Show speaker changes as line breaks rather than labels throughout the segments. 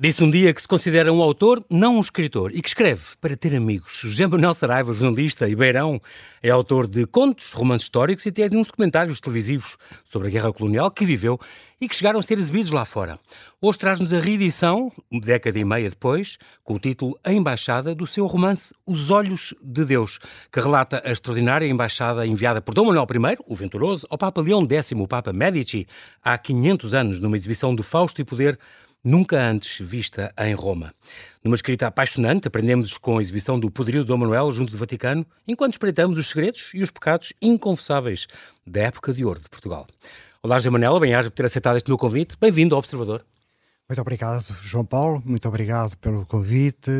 Disse um dia que se considera um autor, não um escritor, e que escreve para ter amigos. José Manuel Saraiva, jornalista e beirão, é autor de contos, romances históricos e até de uns documentários televisivos sobre a Guerra Colonial que viveu e que chegaram a ser exibidos lá fora. Hoje traz-nos a reedição, uma década e meia depois, com o título A Embaixada, do seu romance Os Olhos de Deus, que relata a extraordinária embaixada enviada por Dom Manuel I, o Venturoso, ao Papa Leão X, o Papa Medici, há 500 anos, numa exibição do Fausto e Poder, nunca antes vista em Roma. Numa escrita apaixonante, aprendemos com a exibição do poderio de Dom Manuel junto do Vaticano, enquanto espreitamos os segredos e os pecados inconfessáveis da época de ouro de Portugal. Olá, José Manuel, bem-aja por ter aceitado este meu convite. Bem-vindo ao Observador.
Muito obrigado, João Paulo. Muito obrigado pelo convite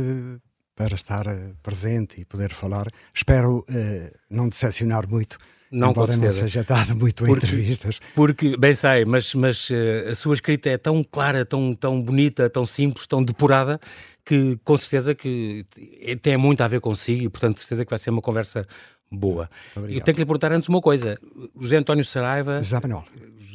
para estar eh, presente e poder falar. Espero eh, não decepcionar muito.
Não,
embora
com
não
certeza.
seja dado muito em
Porque-
entrevistas.
Porque, bem sei, mas, mas eh, a sua escrita é tão clara, tão, tão bonita, tão simples, tão depurada, que com certeza que eh, tem muito a ver consigo e, portanto, de certeza que vai ser uma conversa boa.
obrigado.
Eu tenho que lhe perguntar antes uma coisa. José António Saraiva,
José Manuel,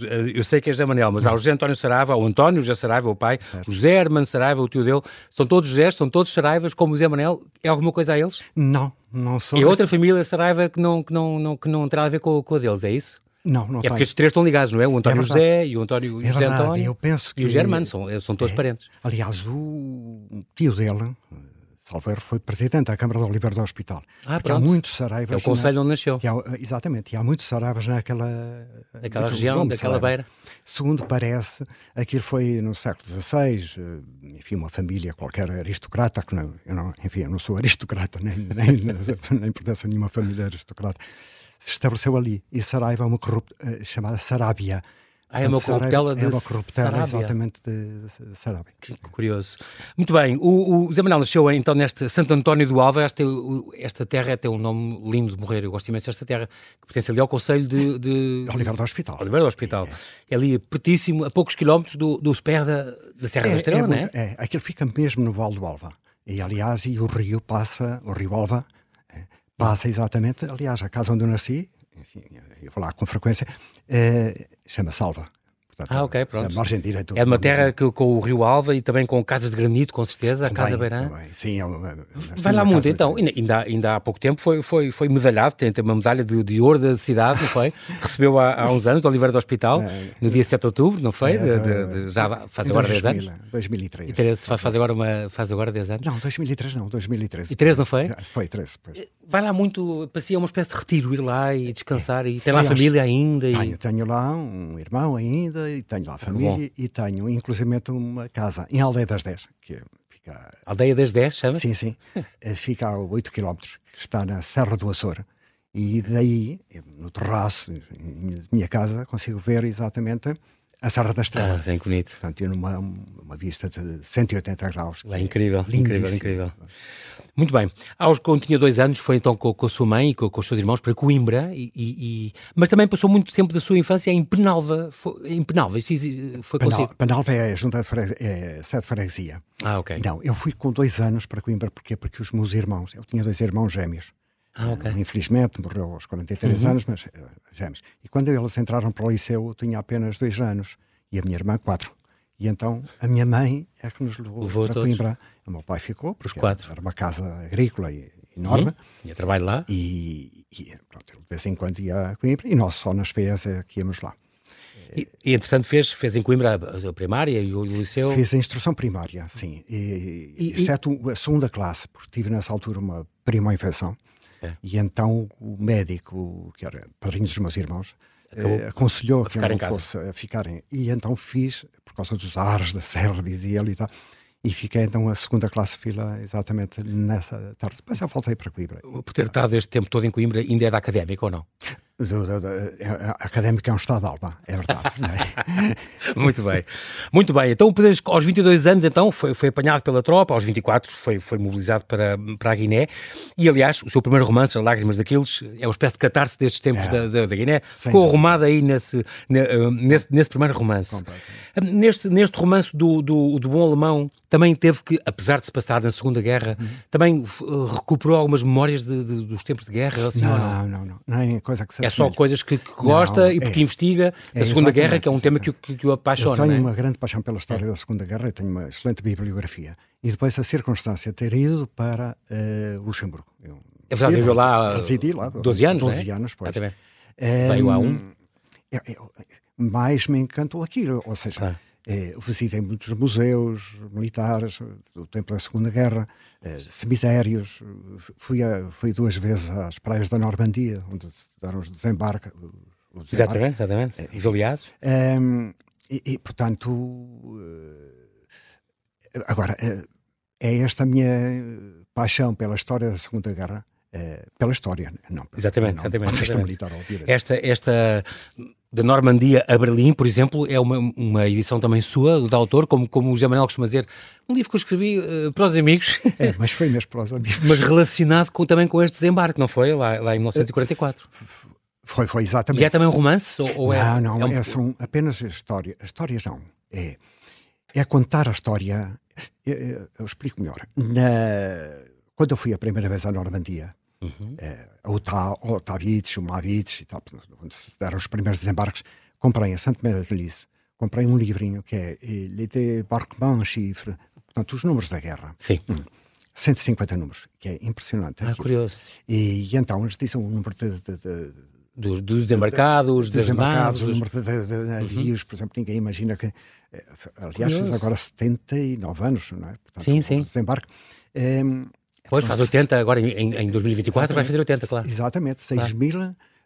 eh, eu sei que é José Manuel, mas há o José António Saraiva, o António José Saraiva, o pai, o José Hermano Saraiva, o tio dele, são todos José, são todos Saraivas, como o José Manuel, é alguma coisa a eles?
não, não sou.
É outra família Saraiva que não, que não, não- que não terá a ver com, com a deles, é isso?
Não, não
É
tenho.
porque estes três estão ligados, não é? O António
É verdade.
José e o António
É
José
verdade,
António
eu penso
e o
que- É.
Germano, são, eles são todos parentes.
Aliás, o tio dele, eh, salvo erro, foi presidente da Câmara de Oliveira do Hospital.
Ah,
Porque há
pronto.
muitos
É
saraivas.
o conselho onde nasceu,
na- e há- eh, exatamente, e há muitos saraivas naquela.
daquela
muito
região,
nome,
daquela
Saraiva.
beira.
Segundo parece, aquilo foi no século XVI, eh, enfim, uma família qualquer aristocrata, que não, eu não, enfim, eu não sou aristocrata, nem, nem, nem pertenço a nenhuma família aristocrata, se estabeleceu ali. E Saraiva é uma corrup- eh, chamada Sarabia.
Ah, é uma
Portanto, Saraiva
corruptela de
É uma corruptela,
Sarabia.
exatamente, de Sarabia.
Que curioso. Muito bem, o, o José Manuel nasceu em, então neste Santo António do Alva. Esta, o- esta terra tem um nome lindo de morrer. Eu gosto imenso desta terra, que pertence ali ao Conselho de, de
Oliveira do Hospital.
Oliveira do Hospital. É ali pertíssimo, a poucos quilómetros do, do Super da, da Serra da Estrela, não é?
muito- é, aquilo fica mesmo no Val do Alva. E aliás, e o rio passa, o rio Alva eh, passa exatamente, aliás, a casa onde eu nasci, enfim, eu vou lá com frequência, eh, chama-se Alva. Portanto,
Ah, ok,
A
pronto.
margem direita. do-
É uma terra que, com o Rio Alva e também com casas de granito, com certeza,
Também,
a Casa Beirã.
também. é? Sim, eu, eu nasci
Vai lá
numa
muito,
assim, casa-
então. Ainda- Ainda, há- ainda há pouco tempo foi, foi, foi medalhado, tem, tem uma medalha de, de ouro da cidade, não foi? Recebeu há, há uns anos, do Oliveira do Hospital, no dia 7 de outubro, não foi?
É,
De- de-
é,
de- já dá- faz
em
agora 10 anos.
2000, 2003.
E 13, faz, faz agora uma, faz agora 10 anos.
Não, 2003 não, 2013.
E é? 13, não foi?
Já Foi 13, pois.
Vai lá muito, passeia uma espécie de retiro, ir lá e descansar. E tem lá a
É, Aliás,
família ainda. E...
Tenho, tenho lá um irmão ainda, e tenho lá a família, e tenho inclusivamente uma casa em Aldeia das 10, que fica
Aldeia das 10, chama?
Sim, sim. Eh, Fica a 8 km, está na Serra do Açor. E daí, eh, no terraço da minha casa, consigo ver exatamente a Serra da
Ah,
Estrela.
bem bonito.
Portanto, eu numa uma vista de 180 graus. que
É incrível,
lindíssimo.
incrível, incrível. Muito bem. Aos, quando tinha dois anos, foi então com, com a sua mãe e com, com os seus irmãos para Coimbra, e, e- e- mas também passou muito tempo da sua infância em Penalva. Foi, em Penalva, isso exi- foi
Penal,
consigo.
Penalva é a junta de freguesia, é a sede de freguesia.
Ah, ok.
Não, eu fui com dois anos para Coimbra, porquê? Porque os meus irmãos, eu tinha dois irmãos gêmeos.
Ah, ok. Uhum.
Eh, Infelizmente, morreu aos 43 anos, mas eh, gêmeos. E quando eles entraram para o liceu, eu tinha apenas dois anos e a minha irmã, quatro. E então a minha mãe é que nos levou,
Levou
para
todos.
Coimbra. O meu pai ficou, porque
quatro. Uhum.
era uma casa agrícola e- enorme.
Tinha trabalho lá.
E, e, pronto, eu de vez em quando ia a Coimbra e nós só nas férias é que íamos lá.
E, e, entretanto, fez, fez em Coimbra a, a primária e o, o liceu.
Fiz a instrução primária, sim. E-
E-
exceto a segunda classe, porque tive nessa altura uma prima infecção.
É.
E então o médico, que era padrinho dos meus irmãos,
Acabou
eh, aconselhou que eu
ficar em
não
casa.
fosse a ficarem. E então fiz, por causa dos ares da serra, dizia ele e tal. E fiquei então a segunda classe fila exatamente nessa tarde. Depois eu voltei para Coimbra.
Por ter estado este tempo todo em Coimbra, ainda era académico ou não?
Do- do- do- a- a- Académico é um estado de alma, é verdade. não é?
Muito bem, muito bem. Então, depois, aos 22 anos, então, foi, foi apanhado pela tropa, aos 24 foi, foi mobilizado para, para a Guiné. E, aliás, o seu primeiro romance, As Lágrimas daqueles é uma espécie de catarse destes tempos da, da, da Guiné. Ficou
É. dúvida.
arrumado aí nesse, ne- eh, nesse, nesse primeiro romance. Hum, Neste, neste romance do, do, do Bom Alemão, também teve que, apesar de se passar na Segunda Guerra,
Uhum.
também eh, recuperou algumas memórias de- de- dos tempos de guerra, assim, ou não?
Não, não, não. Nem coisa que se
É só
mesmo.
coisas que, que gosta e porque
é.
investiga
É,
da Segunda Guerra, que é um tema
exatamente,
que, o- que, que o
Eu
apaixona.
tenho
não é?
uma grande paixão pela história da Segunda Guerra, eu tenho uma excelente bibliografia. E depois a circunstância de ter ido para eh, Luxemburgo. Eu
É verdade,
eu
viveu lá,
residi lá
12 anos,
12
não é?
anos, pois.
Ah, tá bem.
Eh,
Veio a um.
eu- eu- mais me encantou aquilo, ou seja,
Claro.
eh, eu visitei muitos museus militares eh, do tempo da Segunda Guerra, eh, cemitérios, eh, fui, a- fui duas vezes às praias da Normandia, onde deram os desembarque. o- o desembarque.
Exatamente, exatamente.
é,
Os aliados.
Ahm, e, e, portanto, eh, agora, eh, é esta a minha eh, paixão pela história da Segunda Guerra, eh, pela história, não pela-
Exatamente, exatamente,
não, do ponto de vista
exatamente.
militar, obviamente.
Esta, esta da Normandia a Berlim, por exemplo, é uma, uma edição também sua, de autor, como, como o José Manuel costuma dizer, um livro que eu escrevi eh, para os amigos,
É, mas foi mesmo para os amigos.
mas relacionado com- também com este desembarque, não foi? Lá, lá em 1944.
Foi, foi
E
exatamente.
é também um romance? Ou, ou é,
não, não,
é um-
é- são apenas histórias. Histórias não. É, é contar a história. Eu, eu- eu explico melhor. Na- quando eu fui a primeira vez à Normandia,
Uhum.
eh, a Otá- Otavitz, o Mavitz e tal, onde se deram os primeiros desembarques, comprei em Sainte Mère Relice, comprei um livrinho que é eh, Les Débarquements Chiffres, portanto, os números da guerra.
Sim,
150 números, que é impressionante.
ah,
aquilo.
curioso.
e, e então eles dizem o número de- de- de,
Dos, dos desembarcados, das
desembarcados, um-
naves,
o
dos-
número de, de-
Uhum.
de navios, por exemplo, ninguém imagina que. eh, f- Aliás, fez
Curioso.
agora 79 anos, não é? Portanto,
Sim,
o
sim.
Desembarque. Ehm,
Pois, faz 80, agora em, em- em 2024 vai fazer 80, claro.
Exatamente,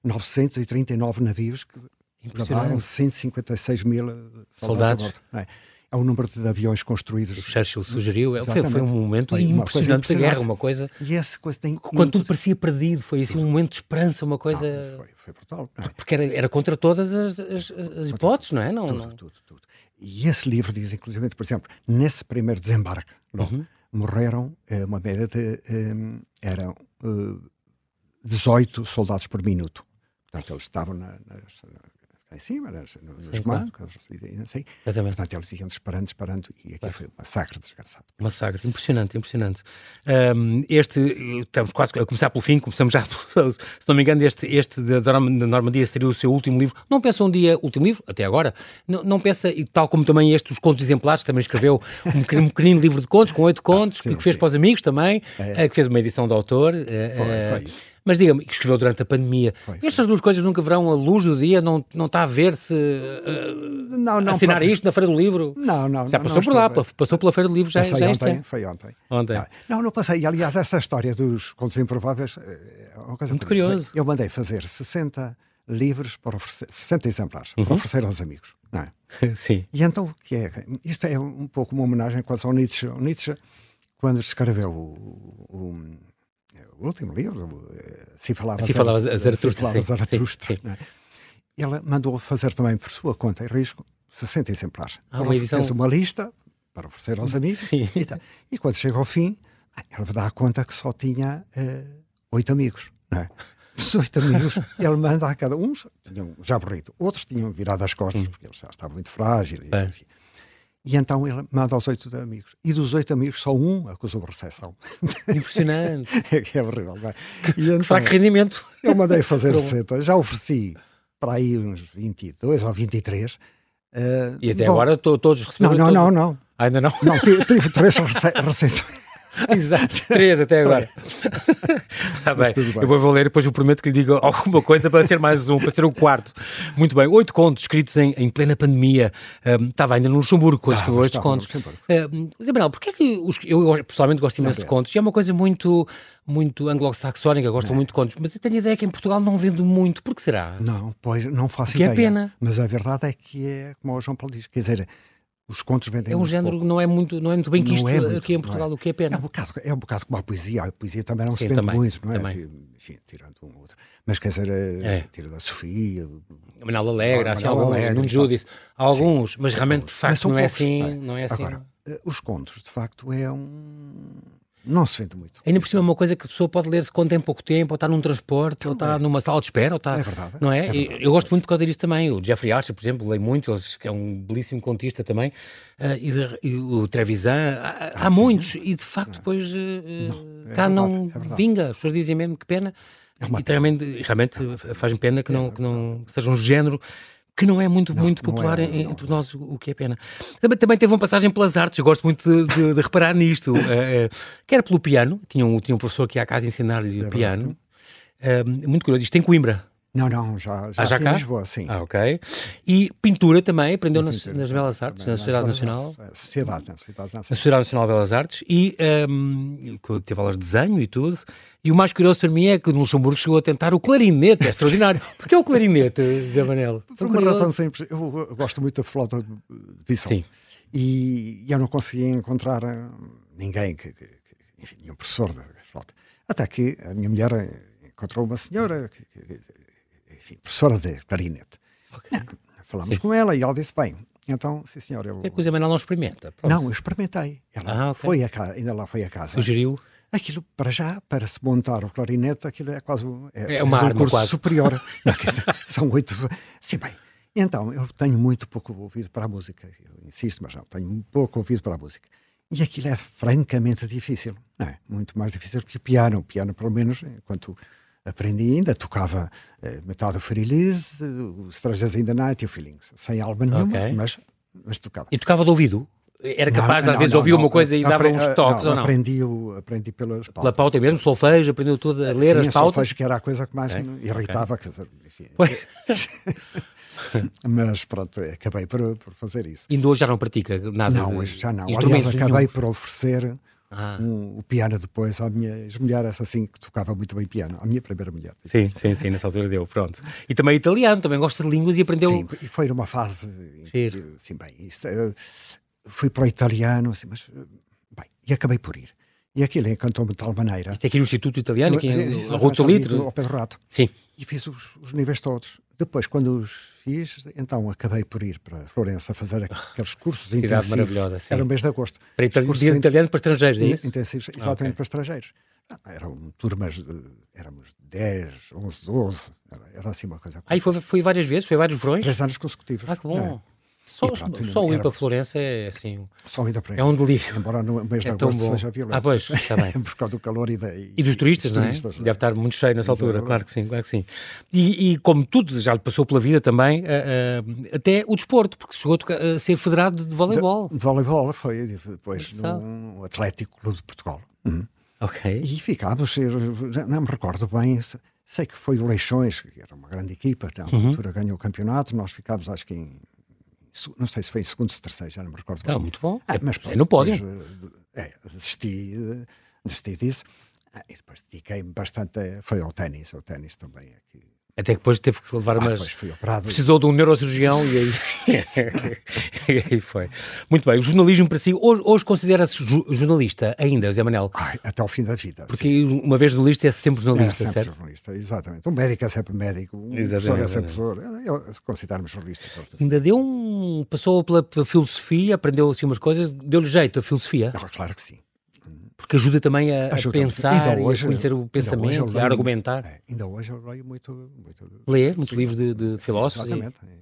6.939 navios que levaram
Impressionante.
156 mil soldados.
Soldados.
a bordo, não é? é o número de aviões construídos.
O Churchill sugeriu, é, foi,
Exatamente.
foi um momento
Foi uma coisa
impressionante da guerra,
impressionante.
uma coisa...
E essa coisa tem.
Quando tudo parecia perdido, foi assim um momento de esperança, uma
Não,
coisa...
foi, foi brutal. não é?
Porque era, era contra todas as, as- as hipóteses, não é? Não,
Tudo,
não.
tudo, tudo. E esse livro diz, inclusive, por exemplo, nesse primeiro desembarque, logo,
Uhum.
morreram eh, uma média de. eh, eram eh, 18 soldados por minuto. Portanto, eles estavam na, nas- na- em cima, nas, no- nos
Sim, claro.
mancos, e não sei.
Exatamente.
Portanto, eles iam disparando, disparando, e aquilo foi um massacre desgraçado.
Massacre. Impressionante, impressionante. Ahm, este, estamos quase a começar pelo fim, começamos já, pelo- se não me engano, este, este da da Norma- da Normandia seria o seu último livro. Não pensa um dia, último livro, até agora, não, não pensa, e tal como também este, os contos exemplares, que também escreveu um pequeno, um pequenino livro de contos, com oito contos,
Ah, sim,
que fez
sim. É,
para os amigos também, eh, que fez uma edição do autor. eh,
Foi,
eh,
foi isso.
Mas diga-me, que escreveu durante a pandemia,
Foi, foi.
estas duas coisas nunca verão a luz do dia, não, não está a ver-se eh,
Não, não.
assinar
próprio-
isto na Feira do Livro?
Não, não.
Já
não,
passou
não
por lá,
estou- É
pela- passou pela Feira do Livro já,
Passei
já é? este
ontem,
ano.
foi ontem.
Ontem.
Não, Não, não passei. E, aliás, essa história dos contos improváveis eh, é uma coisa
Muito
curiosa.
curioso.
Eu mandei fazer 60 livros para oferecer, 60 exemplares
Uhum.
para oferecer aos amigos. Não é?
Sim.
E então, o que é? Isto é um pouco uma homenagem quase ao Nietzsche. O Nietzsche, quando escreveu o, o- o último livro, o, eh, Se Falava,
Se Falava
Zara-
Zaratustra,
Se Falava
sim,
Zaratustra,
sim, sim.
não é? Ela mandou fazer também, por sua conta e risco, 60 exemplares.
Ah, uma
Ela
edição-
fez uma lista para oferecer aos amigos.
Sim.
E, tal. E quando chega ao fim, ela dá conta que só tinha eh, oito amigos, não é? Os oito amigos, ele manda a cada um, tinham já morrido, outros tinham virado as costas, porque eles já estavam muito frágeis,
É.
enfim. E então ele manda aos oito amigos. E dos oito amigos, só um acusou recessão.
Impressionante.
é horrível, não é? E então,
Fraco rendimento.
eu mandei fazer
Não.
60. Já ofereci para aí uns 22 ou 23. eh,
E até
bom,
agora to- todos
Não,
receberam.
não,
todos-
não, não.
Ainda não.
Não, ti- tive três rece- recessões.
Exato. Três até agora. Está bem.
Então, tudo bem.
Eu vou- vou ler e depois eu prometo que lhe diga alguma coisa para ser mais um, para ser o quarto. Muito bem. Oito contos escritos em, em plena pandemia. Ahm, estava ainda no Luxemburgo quando
Tá,
escreveu estes
estava no
contos.
Luxemburgo.
Ahm, Zé Manuel, porquê é que os- eu pessoalmente gosto imenso de
penso.
contos? E é uma coisa muito, muito anglo-saxónica, gosto muito de contos. Mas eu tenho a ideia que em Portugal não vendo muito. Por que será?
é. Não, pois não faço
Porque é
ideia.
pena.
Mas a verdade é que é como o João Paulo diz, quer dizer, os contos vendem
É um
muito
género
pouco.
que não é muito, não é muito bem
Não
quisto
é muito,
aqui em
não é.
Portugal, o que é
É
pena.
um, bocado, é um bocado como a poesia. A poesia também não
Sim,
se vende
também,
muito, não é?
também.
Ti- Enfim, tirando um ou outro. Mas quer dizer, eh,
É.
tira da Sofia.
Manuel Alegre, há assim
Manuel
algum,
Alegre,
Nuno
tá.
Judice, há alguns, mas realmente de
Mas
facto
são
não é,
poucos,
assim,
não é?
não é assim.
Agora, eh, os contos, de facto, é um. Não se vende muito.
Ainda por cima é uma coisa que a pessoa pode ler se quando tem pouco tempo, ou está num transporte, ou está numa sala de espera, ou está.
É verdade,
Não é?
é
E
verdade.
eu gosto muito por causa disso também. O Jeffrey Archer, por exemplo, leio muito, ele é um belíssimo contista também. Ah, e, de- e o Trevisan, há, há muitos, e de facto depois eh, eh,
Ah, é
cá
verdade,
não
é verdade.
vinga. As pessoas dizem mesmo que pena.
É uma É
e realmente, realmente faz-me pena que não, que não que seja um género que não é muito,
Não,
muito
não
popular
é,
em-
não.
entre nós, o o que é pena. Também, também teve uma passagem pelas artes, eu gosto muito de, de- de reparar nisto. Eh, eh, quer pelo piano, tinha um, tinha um professor que ia à casa ensinar-lhe
É
piano. Eh, muito curioso, isto em Coimbra.
Não, não, já, já,
Ah, já
aqui
cá?
em Lisboa, sim.
Ah, ok. E pintura também, aprendeu nas,
Pintura
nas
também,
Belas Artes,
também,
na Sociedade
nas-
Nacional.
eh, Sociedade, na Sociedade
na
Nacional.
Sociedade Nacional de Belas Artes e ehm, que teve aulas de desenho e tudo. E o mais curioso para mim é que no Luxemburgo chegou a tentar o clarinete, é extraordinário. Porquê o clarinete, Zé Manel?
Por
Tão
uma
curioso.
razão simples, eu eu gosto muito da flauta de Bissau.
Sim.
E eu não conseguia encontrar hum, ninguém, que, que- que- enfim, nenhum professor da flauta. Até que a minha mulher eh, encontrou uma senhora, que- que- que- enfim, professora de clarinete. Não, Falámos com ela e ela disse, bem, então, sim senhor, eu...
Porquê que o Zé Manel não experimenta? Pronto,
Não, eu experimentei. Ela
Ah, ok.
foi a casa, ainda lá foi a casa.
Sugeriu.
Aquilo, para já, para se montar o clarinete, aquilo é quase um- é, preciso
uma
um
arma,
curso
quase.
superior. Não, quer dizer, são oito. Sim, bem. Então, eu tenho muito pouco ouvido para a música. Eu insisto, mas não, tenho pouco ouvido para a música. E aquilo é francamente difícil. Não é? Muito mais difícil que o piano. O piano, pelo menos, enquanto aprendi ainda, tocava eh, metade do Freelise, eh, o Strangers in the Night e o Feelings. Sem alma nenhuma,
Ok.
mas, mas tocava.
E tocava de ouvido? Era
Não,
É capaz, de, às
não,
vezes,
não,
ouvir
não,
uma coisa e dava
apre- ah,
uns toques ou não?
Aprendi, o- aprendi pelas
Pela
pautas.
pauta mesmo, solfejo, aprendeu tudo a ler
Sim,
as
eu só
pautas.
vejo que era a coisa que mais
Ok,
me irritava. quer dizer, enfim.
Pois,
Mas pronto, acabei por, por fazer isso.
ainda hoje já não pratica nada.
Não,
de
hoje já não. Aliás,
instrumentos
acabei
nenhuns.
por oferecer
Ah,
um- o piano depois à minha ex-mulher, essa assim que tocava muito bem piano, à minha primeira mulher.
Sim, sim, sim, nessa altura deu, pronto. E também italiano, também gosta de línguas e aprendeu...
Sim, e foi numa fase em
Giro.
que, assim, bem, isto, eh, fui para o italiano, assim, mas, eh, bem, e acabei por ir. E aquilo encantou-me de tal maneira.
Isto é aqui no Instituto Italiano, aqui em
Exatamente,
Rua do
ali
Salitre.
do- Ao pé do rato.
Sim.
e fiz os, os níveis todos. Depois, quando os fiz, então acabei por ir para Florença fazer aqueles cursos
cidade
intensivos.
maravilhosa, sim.
Era o mês de agosto.
Para
Os
itali-
cursos
tá- de
in-
italiano para estrangeiros, é isso?
intensivos, exatamente para estrangeiros. Ah, Eram turmas, de, éramos 10, 11, 12, era, era assim uma coisa.
Aí Ah, foi, foi várias vezes, foi vários verões.
Três anos consecutivos.
Ah, que
não é?
bom. Só,
E pronto,
só o ir
era-
para Florença é assim.
Só ainda para
É um delírio.
Embora no mês de
É tão
agosto
bom.
seja violento.
Ah, pois, está bem.
Por causa do calor e da.
E dos turistas, não é? Deve estar muito cheio
é
nessa altura, claro que sim, claro que sim. E, e como tudo já lhe passou pela vida também, ah, ah, até o desporto, porque chegou a, tocar- a ser federado de voleibol.
De Então, voleibol foi depois
Sabe?
no Atlético Clube de Portugal.
Uhum. Ok.
E ficámos, eu já não me recordo bem, se- sei que foi o Leixões, que era uma grande equipa, na
Uhum.
altura ganhou o campeonato, nós ficámos acho que em, se- não sei se foi em segundo, se terceiro, já não me recordo
Está
bem.
muito bom.
Ah, mas
é no pódio.
depois, eh, de- é, desisti, eh, desisti disso. Ah, e depois dediquei-me bastante, a- foi ao ténis, ao ténis também. Aqui.
Até que depois teve que levar
Ah,
umas.
depois fui operado.
Precisou de um neurocirurgião e aí, e aí foi. Muito bem, o jornalismo para si, hoje, hoje considera-se ju- jornalista ainda, José Manel?
Ai, até ao fim da vida.
Porque uma vez jornalista é sempre
Era
jornalista,
sempre
certo?
jornalista, exatamente. Um médico é sempre médico, um professor é
Exatamente,
sempre professor. Eu, eu considero-me jornalista. gosto.
Ainda deu um. Passou pela pela filosofia, aprendeu assim umas coisas, deu-lhe jeito a filosofia,
Ah, Claro que sim.
porque ajuda também a, a
Ajuda-me.
pensar
Ainda
e
hoje-
a conhecer o
ainda hoje eu
pensamento e a
leio-
argumentar.
É, ainda hoje eu leio muito. muito
Ler muitos
Sim,
livros de, de filósofos. e-
Exatamente. é.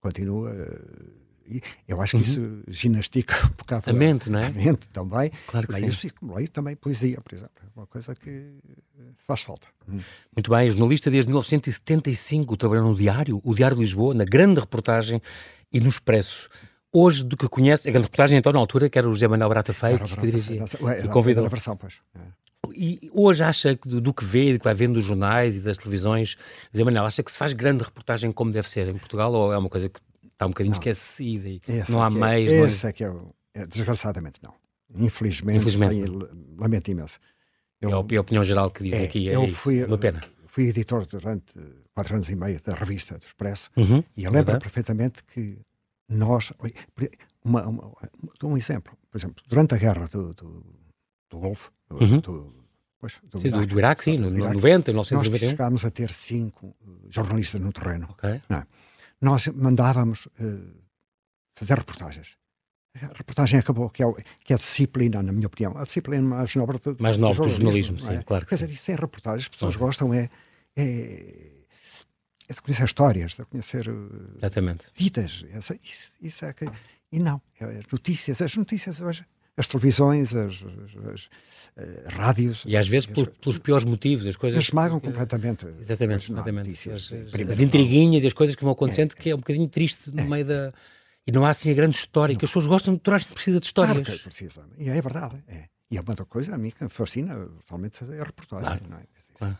Continua. eh, e Eu acho que isso ginastica um bocado
Uhum. A mente, não é?
a mente também.
Claro que
leio,
sim.
sim, como leio também poesia, por exemplo. É uma coisa que eh, faz falta.
Muito bem, jornalista desde 1975, trabalhou no Diário, o Diário de Lisboa, na grande reportagem e no Expresso. Hoje, do que conhece, a grande reportagem então na altura, que era o José Manuel Brata Feio,
Era-
que dirigia
era- era-
e
era- era
convidou.
a versão, pois. É.
E hoje acha que do, do que vê, do que vai vendo dos jornais e das televisões, José Manuel, acha que se faz grande reportagem como deve ser em Portugal ou é uma coisa que está um bocadinho esquecida e
Esse
não há
é que é-
meios? não é?
Esse é que é, o- é, desgraçadamente não. Infelizmente,
Infelizmente,
tenho- lamento imenso.
É a op- é a opinião geral que diz
um- É,
aqui. É
eu
isso,
fui,
uma pena.
fui editor durante eh, quatro anos e meio da revista do Expresso
Uhum.
e eu lembro
Verdade.
perfeitamente que nós. oi, por- Uma, uma- dou um exemplo. Por exemplo, durante a guerra do, do, do Golfo, do,
Uhum.
do- pois, do
Sim, do,
Iraque,
do Iraque, sim,
do
no, no
Iraque,
90,
nós
1991.
chegámos a ter cinco eh, jornalistas no terreno.
Ok.
Nós mandávamos eh, fazer reportagens. A reportagem acabou, que é, o- que é a disciplina, na minha opinião, a disciplina mais nobre do,
Mais nobre do jornalismo,
não é?
sim, claro que
Quer
sim.
dizer, isso é reportagem, as pessoas
Ok.
gostam é, é, é de conhecer histórias, de conhecer eh,
Exatamente.
vidas. Essa- isso, isso é que, e não, é, as notícias, as notícias hoje as televisões, as, as- as, eh, rádios.
E às vezes por- pelos piores motivos, as coisas.
Esmagam completamente.
Exatamente,
não há
exatamente.
notícias,
As,
eh,
as-
primeiro
as
não.
intriguinhas e as coisas que vão acontecendo, que é um bocadinho triste no meio da. E não há assim a grande história, que as pessoas gostam de tornar-se precisa de
Claro
histórias.
que precisa. E é verdade. É. E é uma outra coisa a mim que me fascina totalmente é a reportagem. Não é? Quer dizer,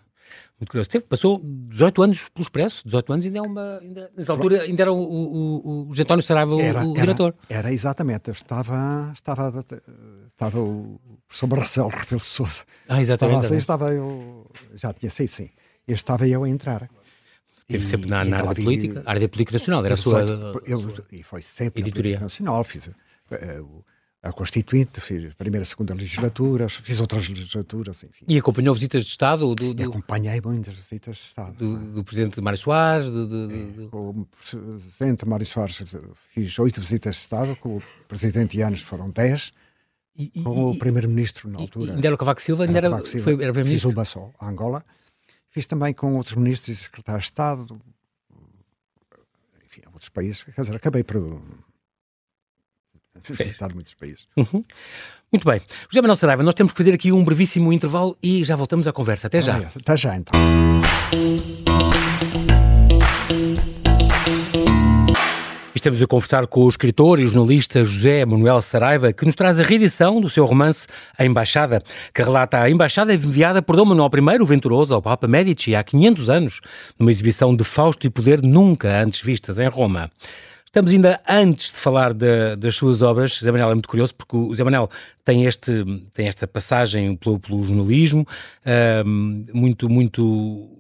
Muito curioso. Teve, passou 18 anos pelo Expresso, 18 anos ainda é uma. Ainda, nessa altura ainda era o, o, o, o José António Saraiva o, o diretor.
Era, exatamente. Estava, estava, estava o professor Marcelo Rebelo de Sousa.
Ah,
Estava a
exatamente.
sair, estava eu. Já tinha saído, sim. Eu estava eu a entrar.
Teve
E-
sempre na,
e
na área
estava
da
a vir-
política, a área da política nacional, era a sua.
Exato. Ele, e foi sempre na
Editoria.
Política Nacional. Fiz eh, o- a Constituinte, fiz a primeira, a segunda legislaturas, fiz outras legislaturas, enfim.
E acompanhou visitas de Estado do,
E
do,
acompanhei muitas visitas de Estado.
do, do presidente Mário Soares, do, do- do- do-
Com o presidente Mário Soares fiz oito visitas de Estado, com o presidente Yanes foram dez,
e, e,
com o
e-
primeiro-ministro na
e-
altura.
e ainda era o Cavaco Silva, ainda era,
Cavaco Silva.
foi- era
Fiz
primeiro-ministro.
uma só, a Angola. Fiz também com outros ministros e secretários de Estado, enfim, outros países. Quer dizer, acabei por visitar muitos países.
Muito bem. José Manuel Saraiva, nós temos que fazer aqui um brevíssimo intervalo e já voltamos à conversa. Até já.
Ah, é. Até já, então.
Estamos a conversar com o escritor e jornalista José Manuel Saraiva, que nos traz a reedição do seu romance A Embaixada, que relata a embaixada enviada por Dom Manuel I, o Venturoso, ao Papa Medici há 500 anos, numa exibição de Fausto e Poder nunca antes vistas em Roma. Estamos ainda antes de falar da- das suas obras, José Manuel é muito curioso, porque o José Manuel tem, este, tem esta passagem pelo, pelo jornalismo, ahm, muito, muito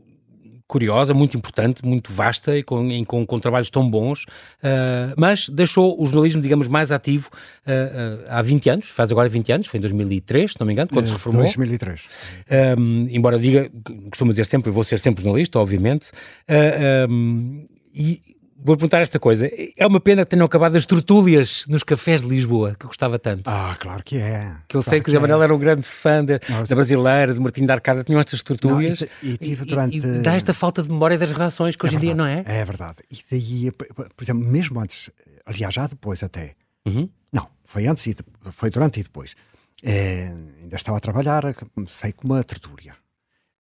curiosa, muito importante, muito vasta e com, em- com, com trabalhos tão bons, ah, mas deixou o jornalismo, digamos, mais ativo ah, ah, há 20 anos, faz agora 20 anos, foi em 2003, se não me engano, quando se
Eh,
reformou.
2003.
Um, embora diga, costumo dizer sempre, eu vou ser sempre jornalista, obviamente, uh, um, e vou perguntar esta coisa: é uma pena que tenham acabado as tertúlias nos cafés de Lisboa, que eu gostava tanto.
Ah, claro que é.
que eu
Claro
sei que o Zé Manuel era um grande fã da,
Nós-
da brasileira, de Martim da Arcada, tinham estas tertúlias.
Não, e- e tive durante-
e dá esta falta de memória das redações que hoje em dia, não é?
É verdade. E daí, por por exemplo, mesmo antes, aliás, já depois até.
Uhum.
Não, foi antes e de- foi durante e depois. Eh, ainda estava a trabalhar, comecei com uma tertúlia,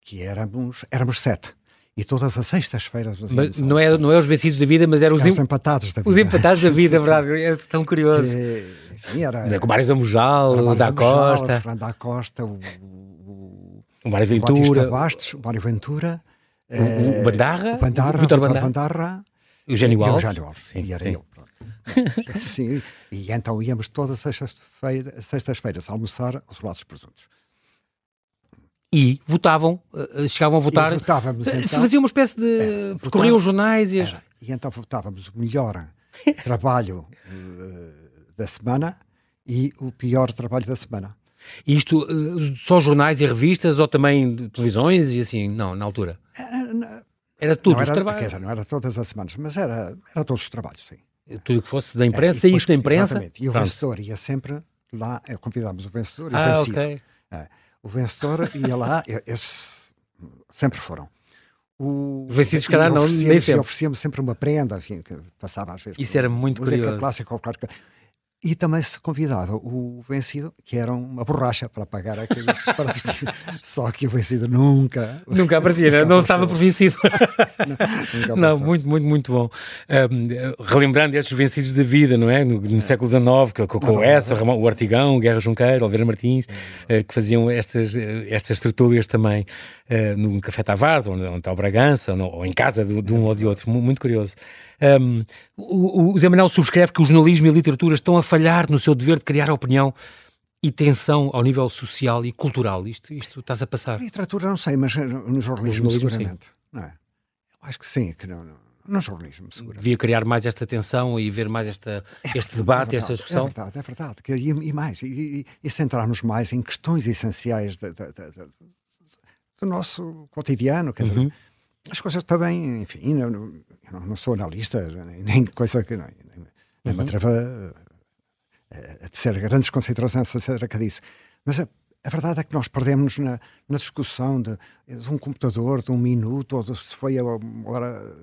que éramos, éramos sete. E todas as sextas-feiras nós
Mas
íamos
não, é,
almoçar.
não é os vencidos da vida, mas eram os,
Éramos
em-
empatados da vida.
os empatados da vida, é verdade? Era tão curioso. é
Que, enfim, era,
Com o Mário Zamujal,
era
o
Mário
da
Sandoval,
Costa,
Fernando da Costa, o, o,
o Mário
o Batista
Ventura,
Bastos, o Mário Ventura,
o- o,
eh,
Bandarra,
o Bandarra,
o Vitor
Vítor
Bandarra,
Bandarra
o Eugénio
E o
Alves.
Eugénio Alves.
Sim,
e era
sim.
eu, pronto. Sim, e então íamos todas as sextas-feira- sextas-feiras almoçar aos lados presuntos.
e votavam, eh, eh, chegavam a votar,
E votávamos
eh,
então. É,
faziam uma espécie de. percorriam os jornais e. as-
Era. E então votávamos o melhor trabalho eh, da semana e o pior trabalho da semana.
E isto, eh, só jornais e revistas ou também de televisões e assim? Não, na altura. Era tudo,
não,
os
era, quer
trabalhos,
dizer, não era todas as semanas, mas era, era todos os trabalhos, sim.
tudo que fosse da imprensa
É, E
e
depois-
isto da imprensa.
Exatamente. E o
Pronto.
vencedor ia sempre lá, eh, convidámos o vencedor e o
Ah,
vencido.
ok.
É. O vencedor ia lá, e- esses sempre foram. O,
Os vencidos, se calhar,
e
não, nem
oferecíamos- e
sempre.
oferecíamos sempre uma prenda, enfim, que passava às vezes.
Isso
por
era muito
música
curioso.
clássica ou clássica. E também se convidava o vencido, que era uma borracha para pagar aqueles disparates. Só que o vencido nunca.
Nunca aparecia, né? não, não estava por
apareceu.
vencido.
Nunca
Não,
apareceu.
muito, muito, muito bom. Ahm, eh, relembrando estes vencidos da vida, não é? No, no século XIX, com, com, com essa, Ramon- o Artigão, o Guerra Junqueiro, Oliveira Martins, eh, que faziam estas, eh, estas tertúlias também eh, no Café Tavares, ou no Hotel Bragança, ou, no- ou em casa de, de um ou de outro. Mu- Muito curioso. Ahm, o, o Zé Manuel subscreve que o jornalismo e a literatura estão a falhar no seu dever de criar opinião e tensão ao nível social e cultural. Isto, isto estás a passar.
Literatura não sei, mas eh, no no jornalismo,
jornalismo, sim.
seguramente. Não é? Eu acho que sim, que não, não, no jornalismo, seguramente.
Devia criar mais esta tensão e ver mais esta, este debate,
É
esta
verdade, É
discussão.
verdade, é verdade. Que- E, e mais, e, e, e centrarmos mais em questões essenciais da- da- da- da- do nosso cotidiano. Quer
Uhum.
dizer, as coisas também, enfim, eu, não- eu não- não sou analista, nem, nem coisa que não, nem, nem
Uhum.
me atrevo a, a, a tecer grandes considerações acerca disso. Mas a, a verdade é que nós perdemos na, na discussão de, de um computador, de um minuto, ou de, se foi a uma hora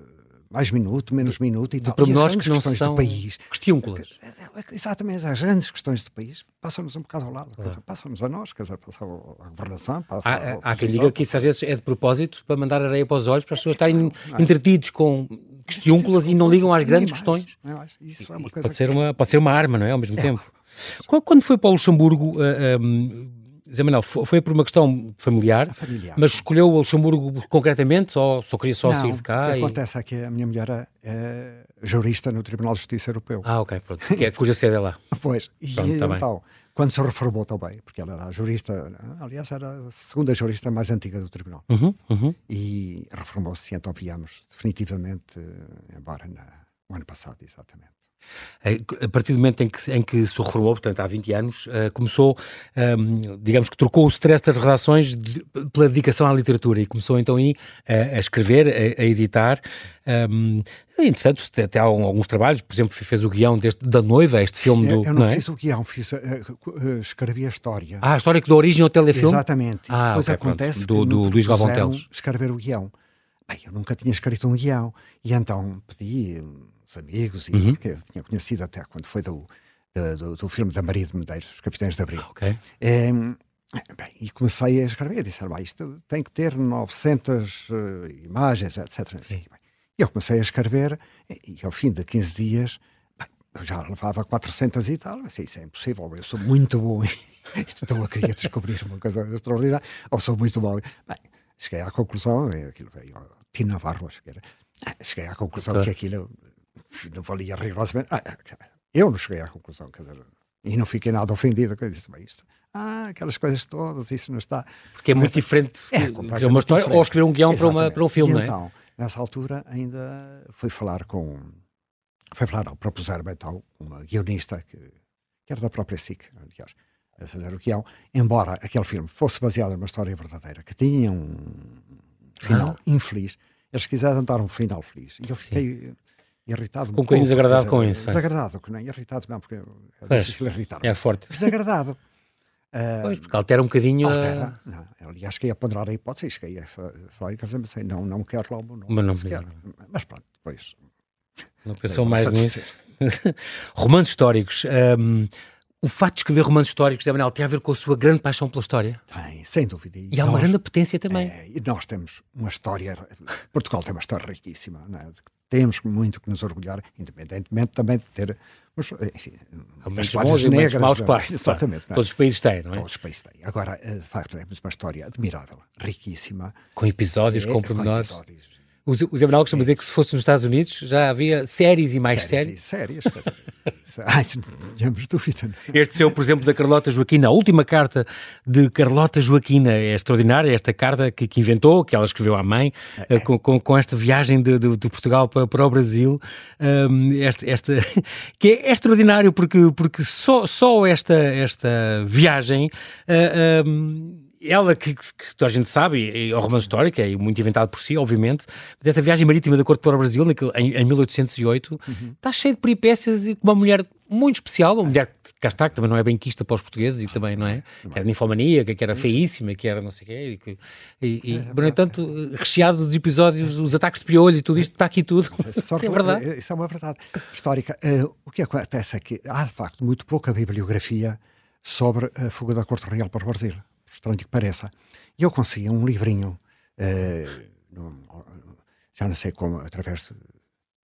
mais minuto, menos minuto e
de
tal.
pormenores
e as
que
grandes
não
questões
são
do país.
questiúnculas.
é, Exatamente, as grandes questões do país passam-nos um bocado ao lado, quer dizer, passam-nos a nós, quer dizer, passam à governação, passam
Há,
à
há- há quem
oposição,
diga que isso às vezes é de propósito para mandar areia para os olhos, para as pessoas estarem entretidos com questiúnculas um e não ligam às
Nem
grandes
mais,
questões.
nem mais. Isso é uma
E
coisa
Pode ser uma, pode ser uma arma, não é? Ao mesmo tempo. Quando, quando foi para o Luxemburgo, ah, ah, Zé Manuel, fo- foi por uma questão familiar,
familiar.
mas escolheu o Luxemburgo concretamente ou só queria só
Não,
sair um de
O
cá?
que
e-
acontece é que a minha mulher é, é jurista no Tribunal de Justiça Europeu.
Ah, ok, pronto. Que é, cuja sede é lá.
Pois, e
Pronto, tá bem.
então, quando se reformou também, porque ela era a jurista, aliás, era a segunda jurista mais antiga do Tribunal,
Uhum, uhum.
e reformou-se, e então viemos definitivamente eh, embora na, no ano passado, exatamente.
A partir do momento em que, em que se reformou, portanto há 20 anos, eh, começou, ehm, digamos que trocou o stress das redações de- pela dedicação à literatura e começou então aí a, a escrever, a, a editar. ehm, é interessante, até- até há um- alguns trabalhos, por exemplo, fez o guião deste, da Noiva, este filme
Eu,
do.
eu não,
é?
fiz o guião, fiz, eh, cu- eh, escrevi a história.
Ah, a história que deu origem ao telefilme?
Exatamente. E
Ah,
depois
ok, pronto.
acontece
Do-
que me
do Luís Galvão
propuseram
Teles.
escrever o guião. Bem, eu nunca tinha escrito um guião. E então pedi hum, os amigos, e,
Uhum.
porque eu tinha conhecido até quando foi do, do, do- do filme da Maria de Medeiros, Os Capitães de Abril.
Ok.
Em, Ehm, bem, e comecei a escrever. Disseram, "Ah, isto tem que ter 900 eh, imagens, etc.
Sim.
Bem, E eu comecei a escrever e, e ao fim de 15 dias bem, eu já levava 400 e tal. Assim, isso é impossível, eu sou muito bom. Estou a querer descobrir uma coisa extraordinária. Ou sou muito bom. Bem, cheguei à conclusão, eh, aquilo veio ao Tino Navarro, acho que era. Ah, Cheguei à conclusão
Claro.
que aquilo eh, não valia rigorosamente. Ah, eu não cheguei à conclusão, quer dizer, e não fiquei nada ofendido. que Eu disse, bem, isto, ah, aquelas coisas todas, isso não está.
Porque é muito diferente
É
escrever
completamente
uma história
diferente.
ou escrever um guião para, uma,
Exatamente.
para um filme,
e
não é?
Então, nessa altura, ainda fui falar com. Foi falar, não, propuseram-me então uma guionista que, que era da própria SIC, aliás, a fazer o guião, embora aquele filme fosse baseado numa história verdadeira, que tinha um final
Ah.
infeliz, eles quiseram dar um final feliz. E eu fiquei. Irritado. um
Com um bocadinho
pouco,
desagradado
quer
com
dizer,
isso, é.
Desagradado, que nem irritado, não, porque é
Pois,
difícil irritar.
É forte.
Eh, Desagradado.
Pois, porque altera um bocadinho. a-
Altera. Não, aliás, cheguei a ponderar a hipótese, cheguei a fa- falar e pensei, mas sei, não, não quero lá o meu nome.
Mas não
sequer.
pediram.
Mas pronto, depois.
Não pensou
Bem,
mais
vamos
nisso. romances históricos. hum, o fato de escrever romances históricos, Zé Manuel, tem a ver com a sua grande paixão pela história.
Tem, sem dúvida.
E há uma grande apetência também.
é, e nós temos uma história. Portugal tem uma história riquíssima, não é? De que temos muito que nos orgulhar, independentemente também de ter. Mas, eh, enfim,
Momentos
das páginas
bons e momentos
negras.
maus,
não é?
claro.
Exatamente. não é?
Todos os países têm, não é?
Todos os países têm. Agora, eh, de facto, temos uma história admirável, riquíssima.
Com episódios,
É,
com pormenores.
episódios.
O Zé o Zé Manuel costuma dizer que se fosse nos Estados Unidos já havia séries e mais séries.
séries. Sérias, quer dizer, isso- Ai, isso não tínhamos dúvida. não é?
Este seu, por exemplo, da Carlota Joaquina, a última carta de Carlota Joaquina é extraordinária, esta carta que, que inventou, que ela escreveu à mãe, eh, com, com- com esta viagem de, de- de Portugal para, para o Brasil, hum, esta, esta- que é extraordinário porque, porque só, só esta, esta viagem ah, hum, ela que, que- que toda a gente sabe, e- e é um romance histórico, é muito inventado por si, obviamente, mas esta viagem marítima da Corte para o Brasil, naquele- em, em 1808,
Uhum.
está cheia de peripécias e com uma mulher muito especial, uma mulher que cá está, que também não é benquista para os portugueses
Ah,
e também, não é? Que era ninfomaníaca, que era feíssima, que era não sei o quê, e, que- e,
É,
e, no entanto, recheado dos episódios, os ataques de piolho e tudo isto, está aqui tudo.
Só que-
É verdade.
eh, Isso é uma verdade histórica. Eh, o que acontece é que há, de facto, muito pouca bibliografia sobre a fuga da Corte Real para o Brasil, por estranho que pareça. E eu consegui um livrinho, eh, num- já não sei como, através de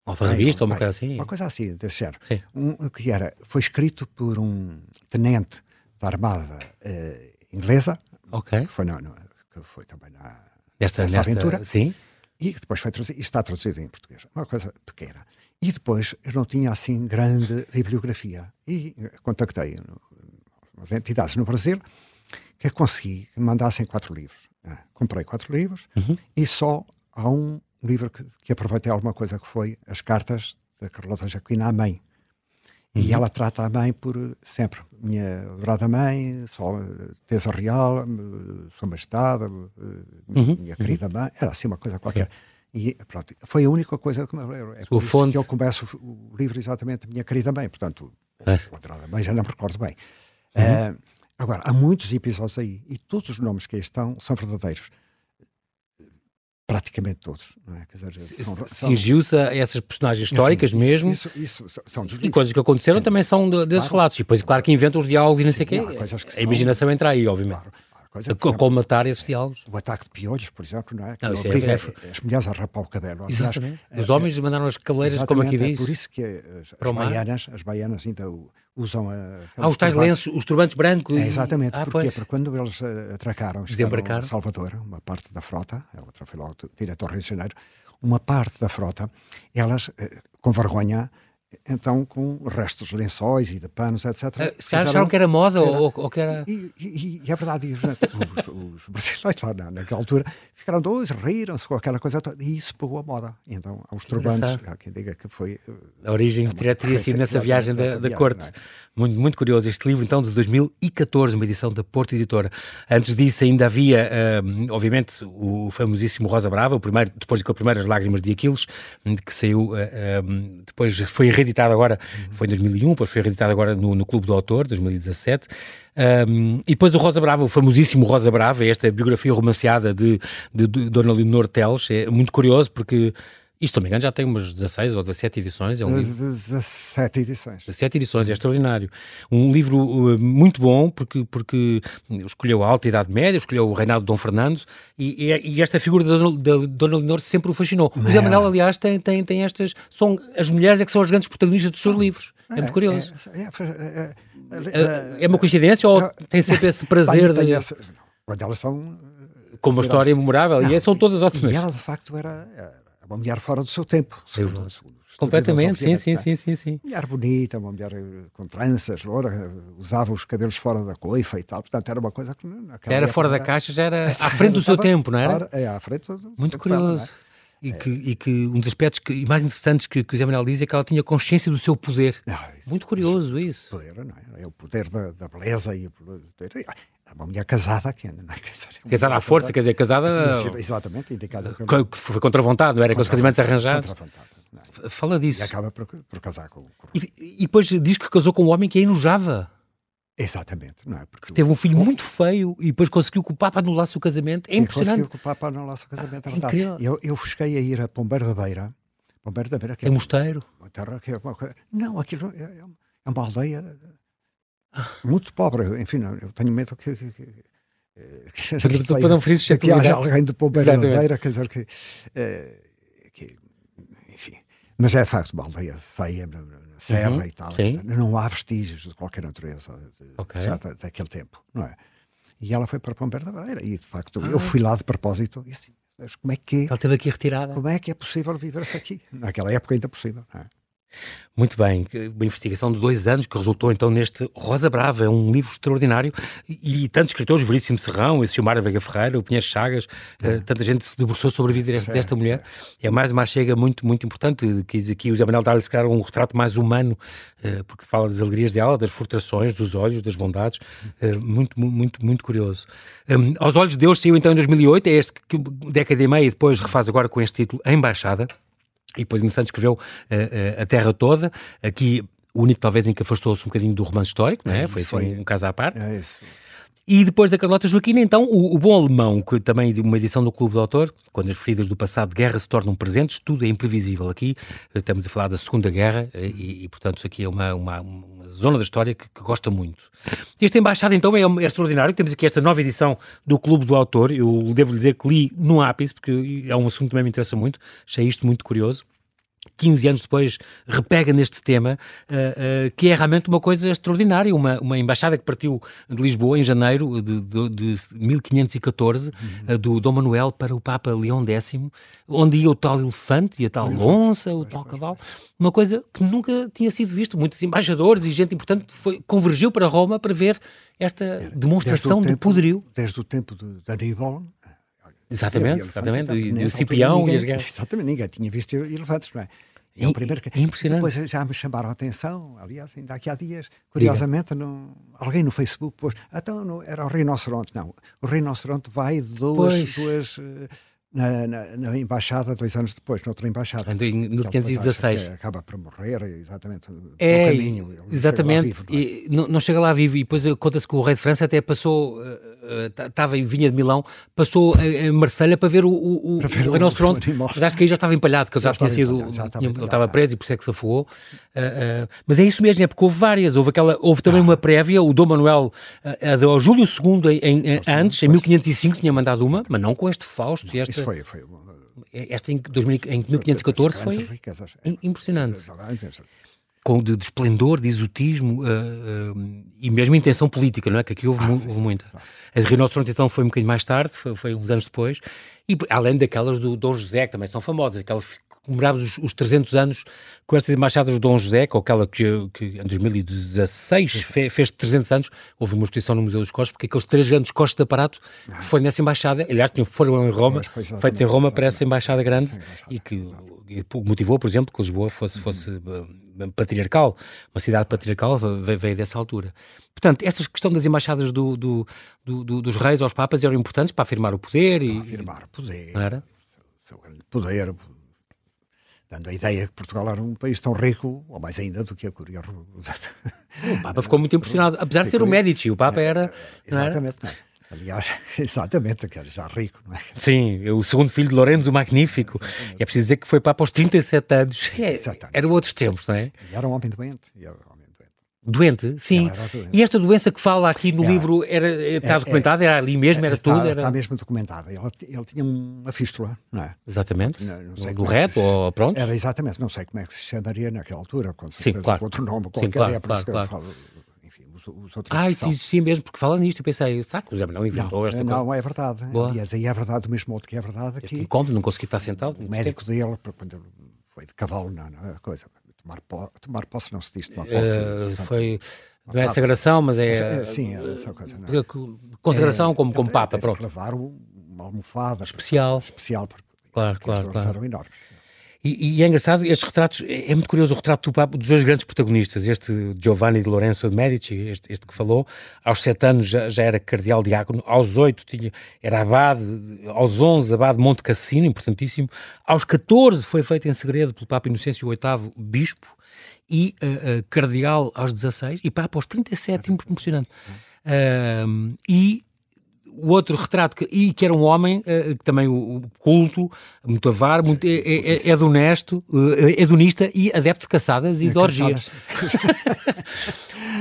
Ou faz
Ai,
isto, ou uma
ai,
coisa assim.
Uma coisa assim, desse género.
Sim.
Um, que era, foi escrito por um tenente da Armada eh, Inglesa,
Ok.
que foi, na- na- que foi também na.
Nesta,
Essa
nesta
aventura?
Sim.
E que depois foi traduzido, e está traduzido em português. Uma coisa pequena. E depois eu não tinha assim grande bibliografia. E eh, contactei no- umas entidades no Brasil que consegui que me mandassem quatro livros. né? Comprei quatro livros e só há um livro que, que aproveitei alguma coisa que foi as cartas da Carlota Jaquina à mãe.
Uhum.
E ela trata a mãe por eh, sempre. Minha adorada mãe, só, eh, Tesa Real, eh, Sua Majestade, eh,
Uhum.
minha querida mãe. Era assim uma coisa qualquer. E eh, pronto, foi a única coisa que me lembro. É por isso
fonte.
que eu começo o o livro exatamente Minha Querida Mãe. Portanto,
Pois.
adorada mãe, já não me recordo bem.
Uhum.
Eh, agora, há muitos episódios aí e todos os nomes que aí estão são verdadeiros. praticamente todos. Não é? Quer dizer, são- são-
Cingiu-se a essas personagens históricas
Sim,
mesmo.
Isso, isso, isso são dos
E
livros.
coisas que aconteceram
Sim.
também são de- desses
Claro.
relatos. E depois, claro, que inventam os diálogos e não sei o quê.
há coisas que
a
são-
imaginação entra aí, obviamente.
Claro, há coisas,
A
por
co-
exemplo,
colmatar esses diálogos.
o ataque de piolhos, por exemplo, não é? Que
Não, isso é-
obriga
é-
as mulheres a rapar o cabelo. Aliás,
Exatamente.
é-
Os homens mandaram as cabeleiras, como aqui
Exatamente,
diz.
É por isso que as,
Para o
as
mar.
baianas, as baianas ainda o- usam a.
Há os tais
turbantes.
lenços, os turbantes brancos.
É,
e-
exatamente,
Ah,
porque,
pois.
porque quando eles eh, atracaram e chegaram
Desembarcaram.
a Salvador, uma parte da frota, a outra foi logo direto ao Rio de Janeiro, uma parte da frota, elas, eh, com vergonha, então com restos de lençóis e de panos, etc.
Ah, Se calhar
fizeram-
acharam que era moda
era-
ou, ou que era.
e, e- e é verdade, e os, os- os brasileiros lá na, naquela altura ficaram dois, riram-se com aquela coisa toda, e isso pegou a moda. E Então, aos turbantes,
engraçado.
há quem diga que foi. eh,
A origem
uma
direta teria sido
referência,
nessa
exatamente,
viagem da,
nessa
da
viagem,
corte.
não é?
Muito, muito curioso este livro, então, de 2014, uma edição da Porto Editora. Antes disso, ainda havia, ah, obviamente, o famosíssimo Rosa Brava, o primeiro, depois daquele primeiro As Lágrimas de Aquiles, que saiu, ah, ah, depois foi reeditado agora, foi em 2001, depois foi reeditado agora no, no Clube do Autor, 2017. Ah, e depois o Rosa Brava, o famosíssimo Rosa Brava, esta biografia romanceada de, de, de Dona Leonor Teles, é muito curioso porque. Isto, se não me engano, já tem umas 16 ou 17 edições. É um livro
17 edições.
Sete edições, é extraordinário. Um livro uh, muito bom, porque, porque escolheu a Alta Idade Média, escolheu o reinado de Dom Fernando, e, e- e esta figura da Dona, da Dona Leonor sempre o fascinou. O
é.
José Manuel, aliás, tem, tem, tem estas... São, as mulheres é que são as grandes protagonistas dos seus livros. É muito curioso.
É, é, é, é,
É, é uma coincidência ou
não,
tem sempre esse
Tenho-
prazer de,
tenho essa- não, Quando elas são.
com uma história é memorável? e são todas
E
ótimas.
ela, de facto, era, era uma mulher fora do seu tempo. Segundo, segundo os
Completamente, sim,
estudiosos,
sim,
obviamente,
sim, sim, sim.
Mulher bonita, uma mulher eh, com tranças, loura, eh, usava os cabelos fora da coifa e tal. Portanto, era uma coisa que não- é naquela
Era
época
fora da
era-
caixa, já era à frente do seu
Estava-
tempo, não era?
Claro, É, à frente do- do
Muito
tempo dela, não é?
curioso. E que, e que um dos aspectos que, mais interessantes que, que o Zé Manuel diz é que ela tinha consciência do seu poder.
Ah, isso-
Muito curioso isso.
poder, não é? É o poder da, da beleza e o poder. Era uma mulher casada que ainda, não é? Quer dizer, uma
Casada à
mulher
força, quer dizer, oh.
tinha
casada
sido exatamente, indicada como
co- que foi contra a vontade, não era aqueles casamentos arranjados.
contrafantada, não é?
Fala
E
disso.
acaba por, por casar com, com...
E, e depois diz que casou com um homem que a enojava.
Exatamente, não é? Porque
Teve um filho muito feio e depois conseguiu que o Papa anulasse o casamento. É
E conseguiu
impressionante. Ah,
que o Papa anulasse o casamento. é
incrível.
verdade. Eu, eu cheguei a ir a Pombeiro da Beira. Pombeiro da Beira, que
É
é,
mosteiro.
uma terra que é uma coisa... Não, aquilo é, é uma- é uma aldeia
Ah.
muito pobre. Enfim, não, eu tenho medo que... que, que eh, que-
Para não- para não ferir
que, que haja
suscetibilidades.
alguém de Pombeiro da
Exatamente.
Beira, quer dizer que, eh, que- Enfim. Mas é de facto uma aldeia feia, na- na na serra
Uhum,
e tal.
sim.
Não há vestígios de qualquer natureza de-
Ok.
já da, daquele tempo, não é? E ela foi para Pombeiro da Beira. E de facto,
Ah.
eu fui lá de propósito e assim, mas como é que é?
Ela esteve aqui retirada.
Como é que é possível viver-se aqui? Naquela época ainda possível. não é?
Muito bem, que- uma investigação de dois anos que resultou então neste Rosa Brava, é um livro extraordinário e, e tantos escritores, Veríssimo Serrão, e Silmar Vega Ferreira, o Pinhas Chagas, eh, tanta gente se debruçou sobre a vida desta, desta mulher. É mais uma chega muito, muito importante. Quis aqui o Zé Manuel dar-lhe se calhar, um retrato mais humano, eh, porque fala das alegrias dela, das frustrações, dos olhos, das bondades. Eh, Muito, mu- muito, muito curioso. Hum, Aos Olhos de Deus saiu então em 2008, é este que que década e meia depois refaz agora com este título, Embaixada. E depois, entretanto, escreveu eh, eh, A Terra Toda, aqui o único talvez em que afastou-se um bocadinho do romance histórico, não é? Foi assim
foi.
um caso à parte.
É isso.
E depois da Carlota Joaquina, então, o, o Bom Alemão, que também de uma edição do Clube do Autor, quando as feridas do passado de guerra se tornam presentes, tudo é imprevisível. Aqui eh, estamos a falar da Segunda Guerra eh, e, e, portanto, aqui é uma, uma- uma zona da história que, que gosta muito. Este embaixado, então, é, um- é extraordinário. Temos aqui esta nova edição do Clube do Autor. Eu devo lhe dizer que li no ápice, porque é um assunto que também me interessa muito. Achei isto muito curioso. 15 anos depois repega neste tema, eh, eh, que é realmente uma coisa extraordinária. Uma, uma embaixada que partiu de Lisboa em janeiro de, de- de 1514,
Uhum.
eh, do Dom Manuel para o Papa Leão X, onde ia o tal elefante e a tal onça, o tal cavalo, uma coisa que nunca tinha sido visto. Muitos embaixadores e gente importante foi, convergiu para Roma para ver esta demonstração de
tempo-
poderio.
Desde o tempo de, de Aníbal.
Exatamente,
havia elefantes,
exatamente.
então,
E,
nessa
e o
altura
Cipião e
ninguém-
as guerras.
Exatamente, ninguém tinha visto elefantes, não é? E
É-
o primeiro que-
é impressionante.
Depois já me chamaram a atenção, aliás, ainda aqui há dias, curiosamente, num- alguém no Facebook pôs, então não, era o rinoceronte, não, o rinoceronte vai de duas,
Pois.
duas, eh, na, na- na embaixada, dois anos depois, noutra embaixada.
Portanto, em
Que ele depois acha
1916.
que Acaba por morrer, exatamente, no
É,
caminho. ele não chega lá
exatamente.
vivo, não é?
e não, não chega lá vivo. E depois eh, conta-se que o rei de França até passou, eh, estava em vinha de Milão, passou a, a Marselha para ver o, o, o,
Para ver
o
o
rinoceronte.
animal.
Mas acho que aí já estava empalhado, porque ele já,
Já
tinha
estava
sido.
empalhado, já estava
tinha- ele
empalhado,
estava
é.
preso e por isso é que se afogou. Eh, eh, mas é isso mesmo, é porque houve várias. Houve, aquela, houve
Ah.
também uma prévia, o Dom Manuel eh, eh, deu ao Júlio II em- em- eh, antes, em 1505, tinha mandado uma, mas não com este Fausto. e
Isso
Esta, é,
foi, foi.
esta em, 2000 em 1514 foi
É.
im- impressionante com de, de esplendor, de exotismo ah, ah, e mesmo intenção política, não é? Que aqui
Ah,
houve, mu- houve muita. A de Rinoceronte então foi um bocadinho mais tarde, foi, foi uns anos depois, e p- além daquelas do Dom José, que também são famosas, aquelas que comemorámos os, os 300 anos com estas embaixadas do Dom José, com aquela que, que em 2016
é.
fe- fez 300 anos, houve uma exposição no Museu dos Costos, porque aqueles três grandes costos de aparato que foi nessa embaixada, aliás, tinham- foram em Roma,
Ah. Pois, pois,
feitos em
exatamente,
Roma para essa
exatamente.
embaixada grande,
Essa embaixada,
e que e po- motivou, por exemplo, que Lisboa
Uhum.
fosse, fosse eh, patriarcal, uma cidade patriarcal ve- veio, dessa altura. Portanto, essa questão das embaixadas do- do- do- do- dos reis aos papas eram importantes para afirmar o poder e...
Afirmar o poder,
Não era?
o seu grande poder, dando a ideia que Portugal era um país tão rico, ou mais ainda do que a Coreia Russa.
O Papa ficou muito impressionado, apesar de ser o
Ficou-
Medici, o Papa era... não era?
Exatamente. não é? Aliás, exatamente, que era já rico, não é?
Sim, o segundo filho de Lourenço, o Magnífico. É preciso dizer que foi Papa aos 37 anos. É,
Exatamente.
Eram outros tempos, não é?
E era um homem doente. e era um homem doente.
Doente, sim.
Ela era doente.
E esta doença que fala aqui no
Era.
livro era, é, está documentada, era ali mesmo, era
É, está,
tudo. Era...
está mesmo documentada. Ele, ele tinha uma fístula, não é?
Exatamente.
Não- não sei
do
como é que
reto,
se-
Um ou pronto.
Era exatamente, não sei como é que se chamaria naquela altura, com
Sim,
certeza,
claro.
com outro nome,
Sim,
qualquer
claro,
é por isso
claro,
que eu falo, enfim, os, os outros
Ah,
que
isso
são.
existia mesmo, porque fala nisto, eu pensei, será que o Zé Manuel inventou
Não,
esta coisa?
não é verdade.
Boa.
Aliás, aí é verdade do mesmo modo que é verdade
Este
aqui.
incómodo, não consegui estar sentado.
O Um médico dele, quando ele foi de cavalo, não, não é coisa. Tomar, po- tomar posse não se diz tomar posse.
Eh,
portanto,
foi, não é sagração, mas é...
essa- é, sim, é essa coisa. Não é?
eh, co- Consagração como,
Ele
como
te-
Papa,
teve que
pronto.
levar um- uma almofada
Especial.
especial porque
Claro,
porque eles
claro, claro.
eram enormes.
E, e é engraçado, estes retratos, é é muito curioso o retrato do Papa, dos dois grandes protagonistas, este Giovanni de Lorenzo de Medici, este, este que falou, aos sete anos já, já era cardeal diácono, aos oito tinha, era abade, aos onze abade de Monte Cassino, importantíssimo, aos 14 foi feito em segredo pelo Papa Inocêncio VIII bispo e ah, ah, cardeal aos 16 e Papa aos 37, impressionante. Ahm, e o outro retrato, que, e que era um homem, eh, que também o, o culto, muito avaro, muito, é, é, é honesto, é hedonista e adepto de caçadas e de orgias.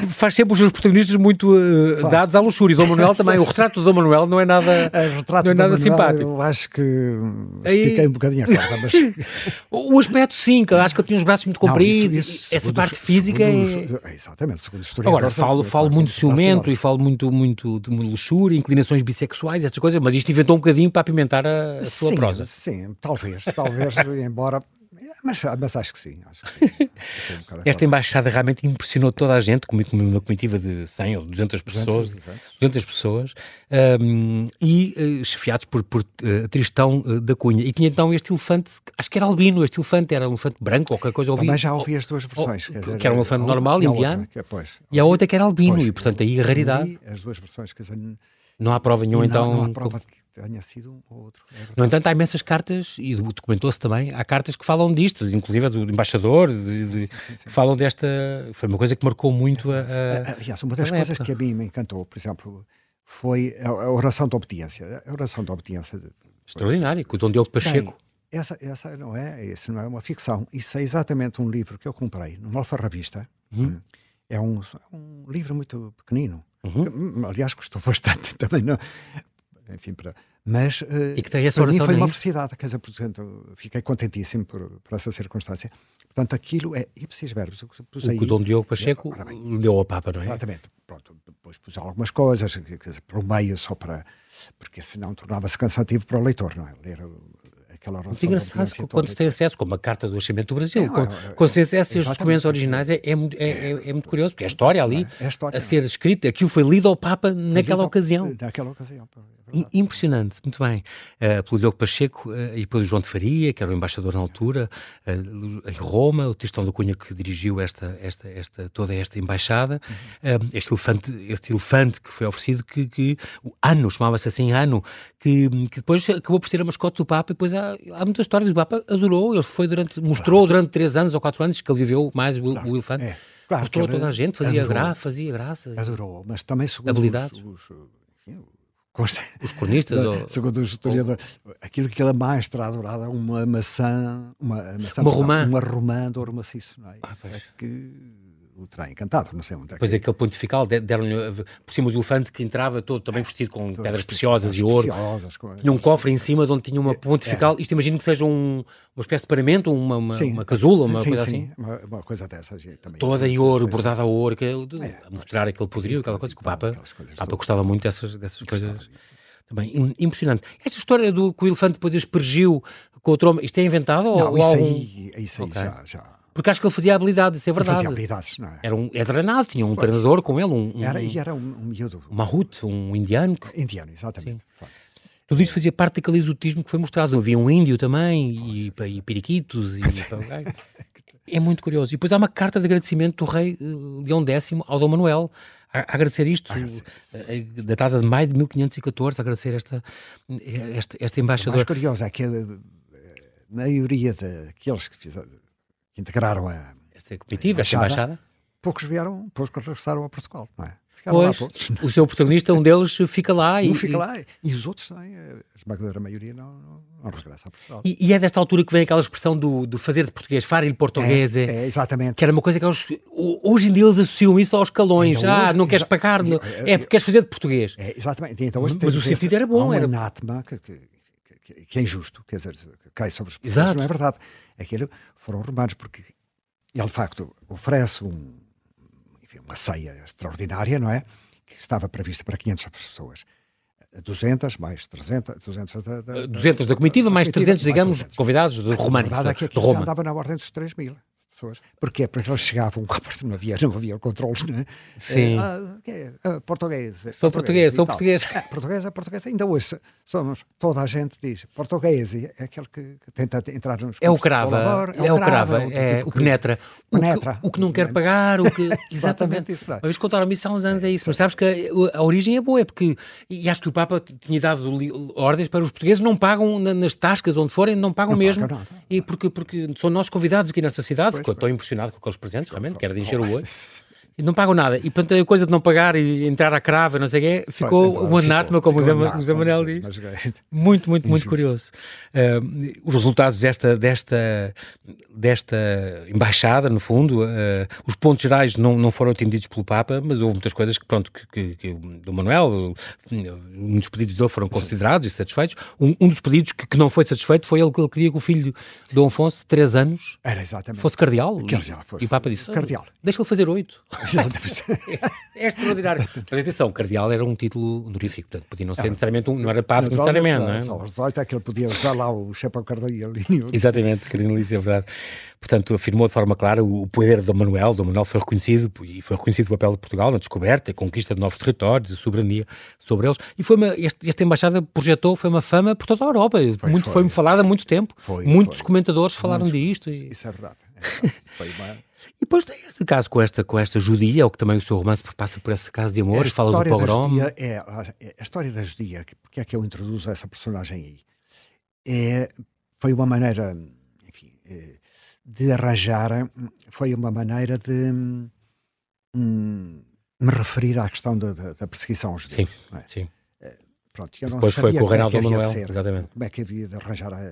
Faz sempre os seus protagonistas muito eh,
Faz.
dados à luxúria. E Dom Manuel também, o retrato do Dom Manuel não é nada,
Retrato
não é
do
nada
Manuel,
simpático.
Eu acho que hum,
Aí-
estiquei um bocadinho a corda, mas
O o aspecto sim, que eu acho que ele tinha os braços muito compridos,
Não, isso- isso,
essa
segundo
parte
os-
física é...
segundo os- Exatamente, segundo os historiadores.
Agora, falo,
é-
falo
é-
muito
é-
ciumento
é-
e falo muito, muito de luxúria, inclinações bissexuais, essas coisas, mas isto inventou um bocadinho para apimentar a, a sua
sim,
prosa.
Sim, talvez, talvez, embora. é, Mas, mas acho que sim. Acho que, sim, acho que tem um bocado a
Esta embaixada realmente impressionou toda a gente, comigo comigo uma comitiva de 100 ou 200 pessoas,
200.
200 pessoas, hum, e eh, chefiados por, por eh, Tristão eh, da Cunha. E tinha então este elefante, acho que era albino, este elefante era um elefante branco ou qualquer coisa, ouvi.
Também Ah, já ouvi as duas versões.
oh,
quer
que
dizer,
era um elefante
a outra-
normal,
e a outra,
indiano.
que é- pois.
E a outra que era albino,
Pois,
e portanto aí a raridade,
li As duas versões, quer dizer, n-
não há prova
e
nenhuma
não,
então.
não há prova de que tenha sido um ou outro. é verdade.
No entanto, há imensas cartas, e documentou-se também, há cartas que falam disto, inclusive a do embaixador, de- de- que falam desta. Foi uma coisa que marcou muito
É,
a. a-
Aliás, uma das
Naquela
coisas
época.
que a mim me encantou, por exemplo, foi a- a oração de obediência. A oração de obediência. de-
Extraordinária, que o Dom Diogo Pacheco.
Bem, essa, essa não é, isso não é uma ficção. Isso é exatamente um livro que eu comprei numa alfarrabista.
Uhum.
Hum. É um, é um livro muito pequenino.
Uhum.
Que, hum, aliás, custou bastante também, não? é? Enfim, para, mas eh,
E que tem essa
para mim
oração
foi uma
daí?
felicidade. Quer dizer, portanto, fiquei contentíssimo por, por essa circunstância. Portanto, aquilo é ipsis verbis. O que pus
O que o
aí-
Dom Diogo Pacheco
Ora bem,
deu ao Papa, não é?
Exatamente. Pronto, depois pus algumas coisas, quer dizer, pelo meio, só para. Porque senão tornava-se cansativo para o leitor, não é? Ler uh, aquela
Muito
relação.
engraçado que quando se tem acesso, como a Carta do Nascimento do Brasil,
então, É,
com-
é, é,
quando se tem acesso a estes
exatamente.
documentos originais, é, é muito- é- é- é muito curioso, porque a história ali,
É a história,
a
não é?
ser escrita, aquilo foi lido ao Papa naquela ocasião.
Naquela ocasião. pá, é verdade.
I- Impressionante, muito bem. Eh, pelo Diogo Pacheco eh, e pelo João de Faria, que era o embaixador na altura, eh, em Roma, o Tristão da Cunha que dirigiu esta, esta, esta, toda esta embaixada, eh, este, elefante, este elefante que foi oferecido, que, que o Ano, chamava-se assim Ano, que, que depois acabou por ser a mascote do Papa, e depois há, há muitas histórias, o Papa adorou, ele foi durante, mostrou durante três anos ou quatro anos que ele viveu mais o, o elefante,
é. Claro que
mostrou a
ele
toda a gente, fazia,
adorou.
gra, fazia graças,
Adorou, mas também segundo
Habilidades.
os, os, enfim, consta-
os cronistas, ou-
segundo os historiadores, aquilo que ela mais terá adorado é uma maçã, uma, a maçã,
Uma
perdão,
romã. Ah,
uma romã de ouro maciço, não é? Isso é que o terá encantado, não sei onde é que
Pois aquele pontifical, de- deram-lhe a- por cima do elefante que entrava todo também vestido com pedras preciosas e ouro.
Preciosas, É, com-
Tinha um cofre em cima de onde tinha uma pontifical. Isto imagino que seja um- uma espécie de paramento, uma, uma,
Sim.
uma casula, uma
Sim,
coisa
sim,
assim.
Uma, uma coisa dessas. e Também é um
Toda em ouro, bordada a ouro, que, é- a mostrar aquele poderio, aquela
aquelas
coisa que o
coisas,
Papa,
aquelas coisas
o Papa
todas.
gostava muito dessas, dessas coisas. Também im- impressionante. Esta história do que o elefante depois aspergiu com o trombo, isto é inventado ou-
Não,
ou
isso
algum-
aí, isso aí
um. Ok.
já, já
Porque acho que ele fazia habilidade, isso é
fazia
verdade.
habilidades, não é?
Era um, é drenado, tinha um treinador com ele, um, um,
Era, e era um, um miúdo
um Mahut, um indiano que
indiano, exatamente. Claro.
Tudo isto fazia parte daquele exotismo que foi mostrado. Havia um índio também, e, pa- e periquitos, e papagaios. É muito curioso. E depois há uma carta de agradecimento do rei eh, Leão X ao Dom Manuel, a, a agradecer isto,
Ah,
eh, datada de maio de 1514, a agradecer esta, eh, este, este
O mais
embaixador.
curioso é que a, a maioria daqueles que, fizeram, que integraram a.
Esta comitiva, esta
Embaixada.
embaixada.
Poucos vieram, poucos regressaram a Portugal, não é? Ficaram
Pois,
lá poucos.
o seu protagonista, um deles, fica lá.
Um
e,
fica
e-
lá e os outros têm. A esmagadora maioria não, não, não regressa a Portugal.
E, e é desta altura que vem aquela expressão do, do fazer de português, fare-lhe português.
é, é, exatamente.
que era uma coisa que eles, ho- hoje em dia eles associam isso aos calões.
Ainda
ah,
hoje,
não queres
exa-
pagar, não-
eu- eu-
é porque queres fazer de português.
É, exatamente. Então, hoje
Mas
temos
o sentido era bom,
há um
era-
anátema que, que, que- que é injusto, quer dizer, que cai sobre os portugueses.
Exato.
Não é verdade. Aquilo foram romanos, porque ele, de facto, oferece um, enfim, uma ceia extraordinária, não é? Que estava prevista para 500 pessoas. 200 mais 300, 200 da, da- da-
200 da
é,
comitiva, mais 300, digamos,
300.
convidados de
A
romanos,
verdade é que
de
aquilo já
Roma.
andava na ordem dos 3 mil pessoas. Porquê? Porque é eles chegavam, não havia, não havia controles, não é?
Sim.
Eh, ah, o quê? Ah, português.
Sou português,
e
sou
tal.
português.
É, português é português. Ainda hoje somos, toda a gente diz português. e É aquele que que tenta entrar nos
É o
cursos de
crava,
colaborador,
é o crava,
outro
é
tipo
o
que-
penetra. O que,
Penetra.
o que não quer pagar, o que. Exatamente.
isso, não é?
Uma vez contaram-me isso há uns anos, é isso. Mas sabes que a, a origem é boa, é porque. E acho que o Papa t- tinha dado li- ordens para os portugueses não pagam na- nas tascas onde forem, não pagam mesmo.
pagam nada.
E porque, porque são nós convidados aqui nesta cidade, ficou tão impressionado com aqueles presentes, realmente, que era de encher
Oh,
o olho. E Não pagam nada. E portanto, a coisa de não pagar e entrar à crava, não sei o quê,
Pois,
ficou
então,
o anátema,
ficou-
como o Zé
ficou
Ma- o Zé
anátema,
Manuel
mas-
diz.
mas-
Muito, muito, muito curioso. Ahm, os resultados desta, desta, desta embaixada, no fundo, ah, os pontos gerais não, não foram atendidos pelo Papa, mas houve muitas coisas que, pronto, que, que, que o Dom Manuel, um dos pedidos dele foram considerados e satisfeitos. Um, um dos pedidos que, que não foi satisfeito foi ele que ele queria que o filho de Dom Afonso, de 3 anos,
Era exatamente.
fosse cardeal.
Que ele já fosse
e o Papa disse:
cardeal.
Deixa-lhe fazer oito.
Exatamente.
É extraordinário. Mas atenção, cardeal era um título honorífico, portanto, podia não ser necessariamente um, não era padre
Mas, olha,
necessariamente, não é?
Só aos 18 é que ele podia usar lá o chapéu cardalino.
Exatamente, Carolina Lícia, é verdade. Portanto, afirmou de forma clara o o poder de Dom Manuel. Dom Manuel foi reconhecido e foi reconhecido o papel de Portugal na descoberta, a conquista de novos territórios, a soberania sobre eles. E foi uma, este- esta embaixada projetou, foi uma fama por toda a Europa. muito,
foi.
foi falada há muito tempo.
Foi,
Muitos
foi.
comentadores falaram disto. E...
Isso é verdade. É verdade. Foi uma...
E depois tem este caso com esta, com esta judia, ou que também o seu romance passa por esse caso de amor, e fala do
É, história da
pogrom.
judia é, é- a história da judia, que- porque é que eu introduzo essa personagem aí? É, foi uma maneira, enfim, eh, de arranjar, hum, foi uma maneira de hum, me referir à questão da, da- da perseguição aos judeus.
Sim,
não é?
sim.
Pronto, eu não
Depois foi
sabia
com o
como é
Reinaldo
que havia de
Manuel,
ser,
exatamente.
Como é que havia de arranjar a,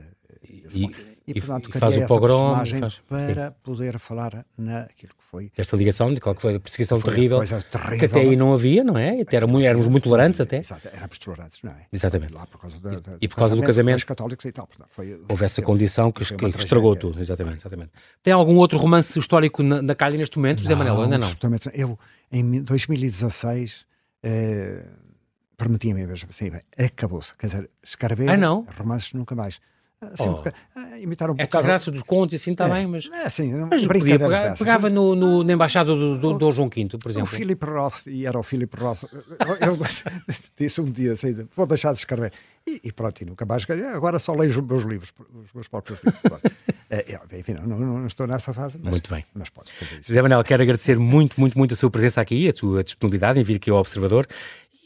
esse
E-
ponto. e,
e-
portanto,
e faz
criei
o
essa
pogrom,
personagem
faz- sim.
para poder falar naquilo que foi
Esta ligação, de qual que foi a perseguição
Foi é, uma
terrível,
coisa
que
terrível.
até aí não havia, não é? Até era mu- éramos muito tolerantes até.
Exato, éramos tolerantes, não é?
Exatamente.
Lá por causa da- da-
e por causa do casamento.
dos católicos e tal. portanto, foi-
Houve essa
foi-
condição que,
foi
que-
uma
que estragou
tragédia.
tudo, exatamente, exatamente. Tem algum outro romance histórico na, na calha neste momento, José Manuel? Ainda não.
absolutamente não. Eu, em 2016, eh, permitia-me mesmo assim, bem, acabou-se. Quer dizer, escrever
Ah, não?
romances nunca mais. Ah, Sempre,
Oh.
que- ah, imitar um
É
bocado.
desgraça dos contos, assim está bem, mas.
É, sim, eram
Mas podia
brincadeiras
pegar,
dessas.
pegava no, no- na embaixada do, do, do João V, por
O
exemplo.
Filipe Roth, e era o Filipe Roth, eh, eu disse um dia assim, vou deixar de escrever. E, e pronto, e nunca mais escrevi. Agora só leio os meus livros, os meus próprios livros. pronto. Eh, eu, enfim, não, não estou nessa fase. Mas,
Muito bem.
Mas pode fazer isso.
José Manuel, quero agradecer muito, muito, muito a sua presença aqui, a sua disponibilidade em vir aqui ao Observador.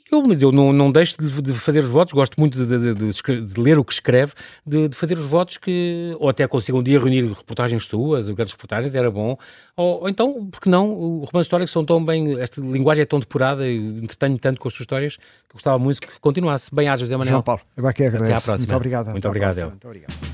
Eu, mas eu não, não deixo de, de fazer os votos, gosto muito de, de- de escre- de ler o que escreve, de, de fazer os votos que, ou até consigo um dia reunir reportagens suas, grandes reportagens, era bom, ou, ou então, porque não, o romance histórico são tão bem, esta linguagem é tão depurada, eu entretenho tanto com as suas histórias, que eu gostava muito que continuasse. Bem-ajas, José Manuel.
João Paulo, eu aqui agradeço.
próxima.
Muito obrigado.
Muito
até à
obrigado,
próxima.
eu.
Muito obrigado.